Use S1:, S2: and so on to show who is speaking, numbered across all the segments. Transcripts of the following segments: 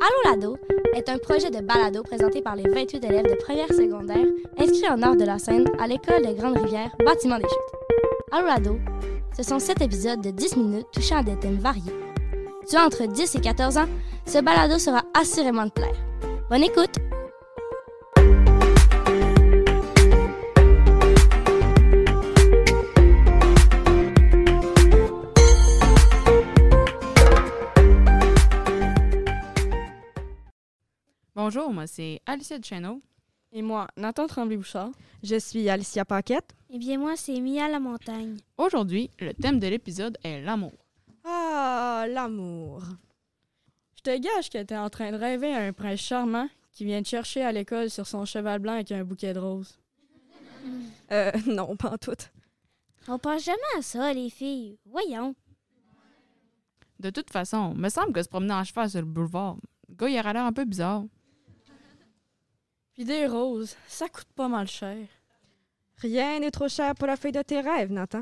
S1: Allons l'ado est un projet de balado présenté par les 28 élèves de première secondaire inscrits en nord de la Seine à l'école de Grande-Rivière, bâtiment des Chutes. Allons l'ado, ce sont 7 épisodes de 10 minutes touchant à des thèmes variés. Tu as entre 10 et 14 ans, ce balado sera assurément de plaire. Bonne écoute!
S2: Bonjour, moi c'est Alicia Duchesneau.
S3: Et moi, Nathan Tremblay-Bouchard.
S4: Je suis Alicia Paquette.
S5: Eh bien, moi, c'est Mia la Montagne.
S2: Aujourd'hui, le thème de l'épisode est l'amour.
S4: Ah, l'amour.
S3: Je te gage que t'es en train de rêver à un prince charmant qui vient te chercher à l'école sur son cheval blanc avec un bouquet de roses.
S4: Euh, non, pas en tout.
S5: On pense jamais à ça, les filles. Voyons.
S2: De toute façon, me semble que se promener en cheval sur le boulevard, le gars il aura l'air un peu bizarre.
S3: Puis des roses, ça coûte pas mal cher.
S4: Rien n'est trop cher pour la feuille de tes rêves, Nathan.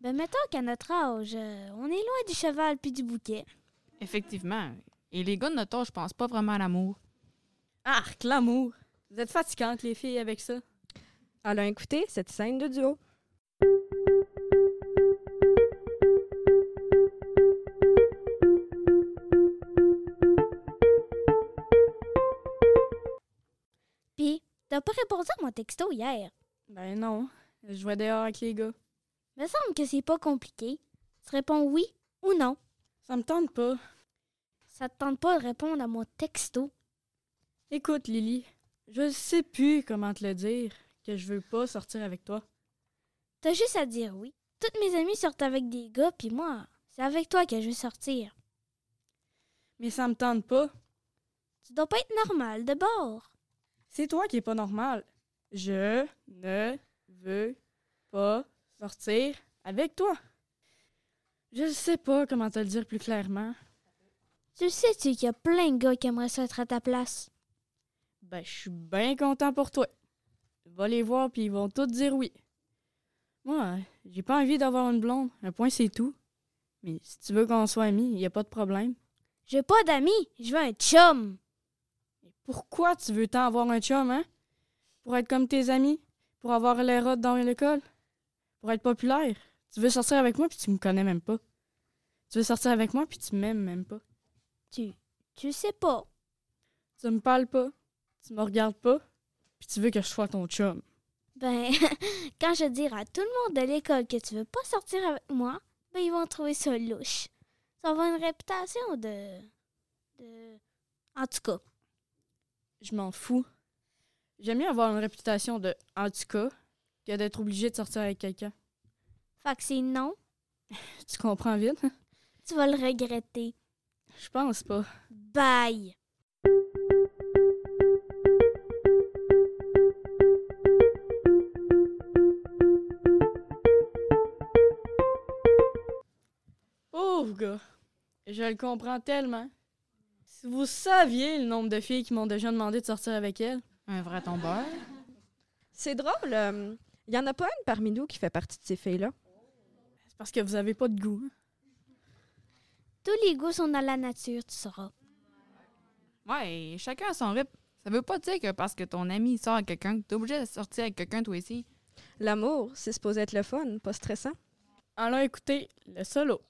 S5: Ben, mettons qu'à notre âge, euh, on est loin du cheval puis du bouquet.
S2: Effectivement, et les gars de notre âge pensent pas vraiment à l'amour.
S3: Arc, l'amour! Vous êtes fatigantes, les filles, avec ça.
S4: Allons écouter cette scène de duo.
S5: Puis, t'as pas répondu à mon texto hier.
S3: Ben non, je jouais dehors avec les gars.
S5: Me semble que c'est pas compliqué. Tu réponds oui ou non.
S3: Ça me tente pas.
S5: Ça te tente pas de répondre à mon texto.
S3: Écoute, Lily, je sais plus comment te le dire que je veux pas sortir avec toi.
S5: T'as juste à dire oui. Toutes mes amies sortent avec des gars, puis moi, c'est avec toi que je veux sortir.
S3: Mais ça me tente pas.
S5: Tu dois pas être normal de bord.
S3: C'est toi qui est pas normal. Je ne veux pas sortir avec toi. Je sais pas comment te le dire plus clairement.
S5: Tu sais-tu qu'il y a plein de gars qui aimeraient ça être à ta place?
S3: Ben, je suis bien content pour toi. Va les voir puis ils vont tous dire oui. Moi, j'ai pas envie d'avoir une blonde. Un point, c'est tout. Mais si tu veux qu'on soit amis, y a pas de problème.
S5: J'ai pas d'amis, je veux un chum.
S3: Pourquoi tu veux tant avoir un chum, hein? Pour être comme tes amis? Pour avoir les rottes dans l'école? Pour être populaire? Tu veux sortir avec moi puis tu me connais même pas. Tu veux sortir avec moi puis tu m'aimes même pas.
S5: Tu, tu sais pas.
S3: Tu me parles pas. Tu me regardes pas. Puis tu veux que je sois ton chum.
S5: Ben, quand je dirai à tout le monde de l'école que tu veux pas sortir avec moi, ben ils vont trouver ça louche. Ça va une réputation de... de... En tout cas,
S3: Je m'en fous. J'aime mieux avoir une réputation de en tout cas que d'être obligé de sortir avec quelqu'un.
S5: fait que c'est non,
S3: Tu comprends vite? hein?
S5: tu vas le regretter.
S3: Je pense pas.
S5: Bye!
S3: Pauvre gars. Je le comprends tellement. Si vous saviez le nombre de filles qui m'ont déjà demandé de sortir avec elles.
S2: Un vrai tombeur.
S4: C'est drôle, euh, il y en a pas une parmi nous qui fait partie de ces filles-là.
S3: C'est parce que vous avez pas de goût. hein.
S5: Tous les goûts sont dans la nature, tu sauras.
S2: Ouais, et chacun a son rythme. Ça veut pas dire que parce que ton ami sort avec quelqu'un, t'es obligé de sortir avec quelqu'un toi aussi.
S4: L'amour, c'est supposé être le fun, pas stressant.
S3: Allons écouter le solo.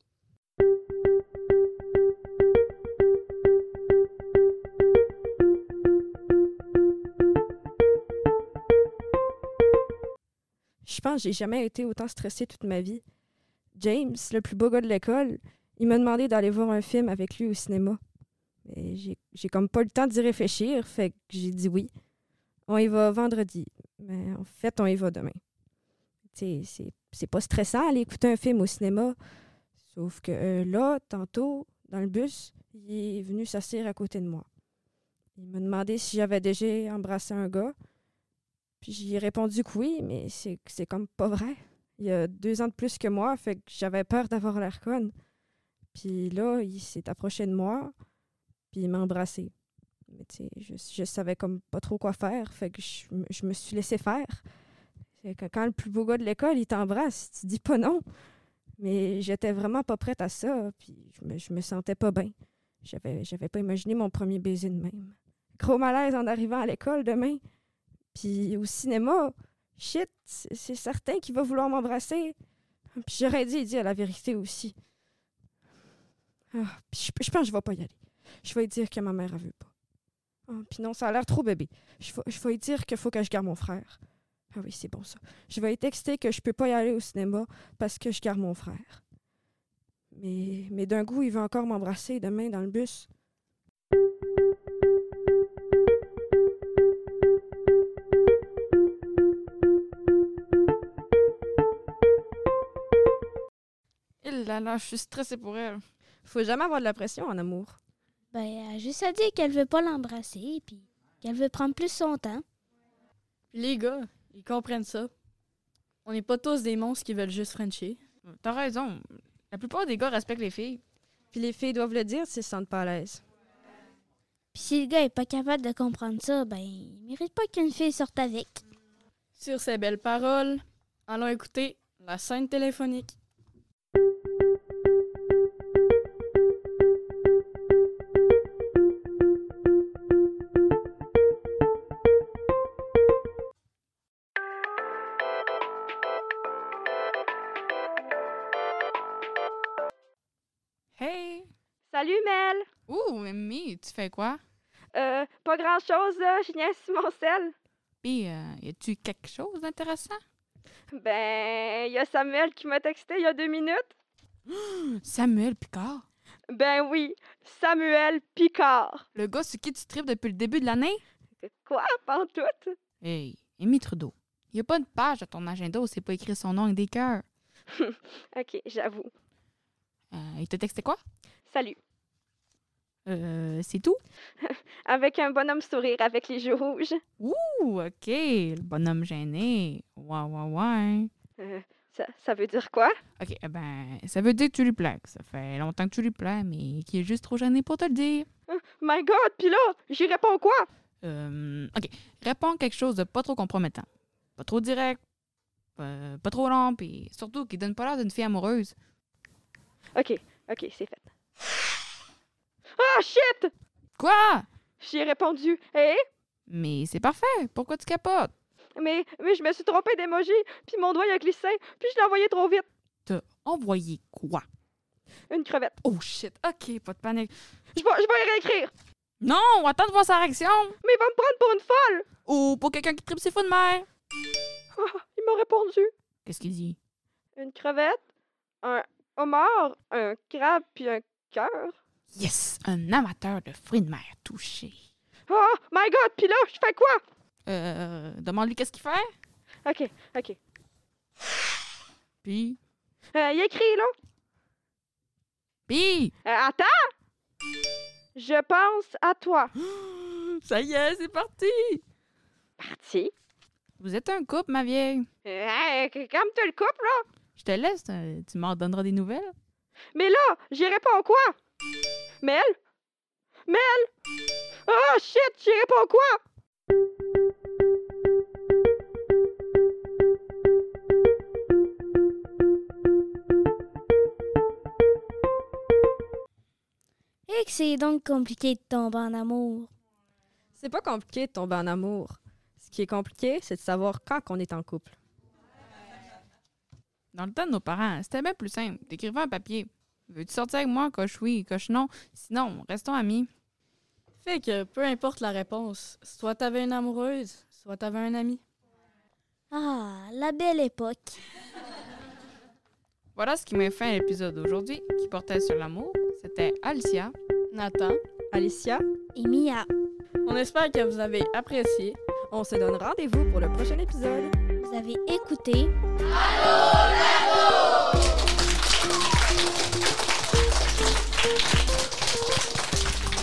S4: Je pense que j'ai jamais été autant stressée toute ma vie. James, le plus beau gars de l'école, il m'a demandé d'aller voir un film avec lui au cinéma. Mais j'ai- j'ai comme pas le temps d'y réfléchir, fait que j'ai dit oui. On y va vendredi, mais en fait, on y va demain. Tu sais, c'est- c'est pas stressant aller écouter un film au cinéma. Sauf que euh, là, tantôt, dans le bus, il est venu s'asseoir à côté de moi. Il m'a demandé si j'avais déjà embrassé un gars. Puis j'ai répondu que oui, mais c'est c'est comme pas vrai. Il y a deux ans de plus que moi, fait que j'avais peur d'avoir l'air conne. Puis là, il s'est approché de moi, puis il m'a embrassé. Mais tu sais, je, je savais comme pas trop quoi faire, fait que je, me- je me suis laissé faire. Fait que quand le plus beau gars de l'école, il t'embrasse, tu dis pas non. Mais j'étais vraiment pas prête à ça, puis je me, je me sentais pas bien. J'avais, j'avais pas imaginé mon premier baiser de même. Gros malaise en arrivant à l'école demain. Puis au cinéma, shit, c'est c'est certain qu'il va vouloir m'embrasser. Puis j'aurais dû dire la vérité aussi. Ah, puis je, je pense que je vais pas y aller. Je vais lui dire que ma mère ne veut pas. Ah, puis non, ça a l'air trop bébé. Je, vais- je vais lui dire qu'il faut que je garde mon frère. Ah oui, c'est bon ça. Je vais lui texter que je peux pas y aller au cinéma parce que je garde mon frère. Mais, mais d'un coup, il veut encore m'embrasser demain dans le bus.
S2: Il Eh là là, je suis stressée pour elle.
S4: Faut jamais avoir de la pression en amour.
S5: Ben, elle a juste à dire qu'elle veut pas l'embrasser, puis qu'elle veut prendre plus son temps.
S3: Puis les gars, ils comprennent ça. On n'est pas tous des monstres qui veulent juste Frencher.
S2: T'as raison. La plupart des gars respectent les filles.
S4: Puis les filles doivent le dire s'ils se sentent pas à l'aise.
S5: Puis si le gars est pas capable de comprendre ça, ben, il mérite pas qu'une fille sorte avec.
S3: Sur ces belles paroles, allons écouter la scène téléphonique.
S2: Hey!
S4: Salut Mel!
S2: Ouh, Mimi, tu fais quoi?
S4: Euh, pas grand chose, là, je viens sur mon sel.
S2: Pis, euh, y a-tu quelque chose d'intéressant?
S4: Ben, il y a Samuel qui m'a texté il y a deux minutes.
S2: Samuel Picard?
S4: Ben oui, Samuel Picard.
S2: Le gars sur qui tu tripes depuis le début de l'année?
S4: Quoi, pantoute?
S2: Hey, Amy Trudeau. Y a pas de page à ton agenda où c'est pas écrit son nom avec des cœurs.
S4: Ok, j'avoue.
S2: Euh, il te textait quoi?
S4: Salut.
S2: Euh, c'est tout?
S4: Avec un bonhomme sourire avec les joues rouges.
S2: Ouh, OK, le bonhomme gêné. Ouais, ouais, ouais.
S4: Ça, ça veut dire quoi?
S2: OK, eh ben, ça veut dire que tu lui plais. que Ça fait longtemps que tu lui plais, mais qu'il est juste trop gêné pour te le dire.
S4: My God, pis là, j'y réponds quoi?
S2: Euh, OK. Réponds quelque chose de pas trop compromettant. Pas trop direct, euh, pas trop long, puis surtout qui donne pas l'air d'une fille amoureuse.
S4: Ok, ok, c'est fait. Ah, shit!
S2: Quoi?
S4: J'y ai répondu. Eh?
S2: Mais c'est parfait. Pourquoi tu capotes?
S4: Mais, mais je me suis trompée d'émoji, puis mon doigt il a glissé, puis je l'ai envoyé trop vite.
S2: T'as envoyé quoi?
S4: Une crevette.
S2: Oh shit, ok, pas de panique.
S4: Je vais, je vais y réécrire.
S2: Non, attends de voir sa réaction.
S4: Mais il va me prendre pour une folle!
S2: Ou pour quelqu'un qui tripe ses fous de mer.
S4: Ah, Il m'a répondu.
S2: Qu'est-ce qu'il dit?
S4: Une crevette, un homard, un crabe, puis un cœur.
S2: Yes, un amateur de fruits de mer touché.
S4: Oh my god, puis là, je fais quoi?
S2: Euh, demande-lui qu'est-ce qu'il fait.
S4: Ok, ok.
S2: Puis,
S4: Euh, il écrit, là.
S2: puis.
S4: Euh, attends! Je pense à toi.
S2: Ça y est, c'est parti.
S4: Parti.
S2: Vous êtes un couple, ma vieille.
S4: Euh, hey, comme tu le couple, là.
S2: Je te laisse, euh, tu m'en donneras des nouvelles.
S4: Mais là, j'y réponds quoi? Mel? Mel? Oh shit, j'y réponds quoi?
S5: Et que c'est donc compliqué de tomber en amour.
S4: C'est pas compliqué de tomber en amour. Ce qui est compliqué, c'est de savoir quand on est en couple.
S2: Dans le temps de nos parents, c'était bien plus simple. T'écrivais un papier. Veux-tu sortir avec moi, coche oui, coche non? Sinon, restons amis.
S3: Fait que peu importe la réponse, soit t'avais une amoureuse, soit t'avais un ami.
S5: Ah, la belle époque.
S2: Voilà ce qui m'a fait à l'épisode d'aujourd'hui qui portait sur l'amour. C'était Alicia.
S3: Nathan,
S4: Alicia,
S5: Et Mia,
S3: on espère que vous avez apprécié.
S4: on se donne rendez-vous pour le prochain épisode.
S5: vous avez écouté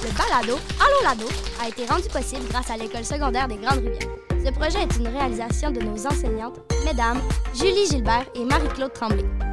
S1: Le balado Allô Lado a été rendu possible grâce à l'école secondaire des Grandes Rivières. Ce projet est une réalisation de nos enseignantes, mesdames Julie Gilbert et Marie-Claude Tremblay.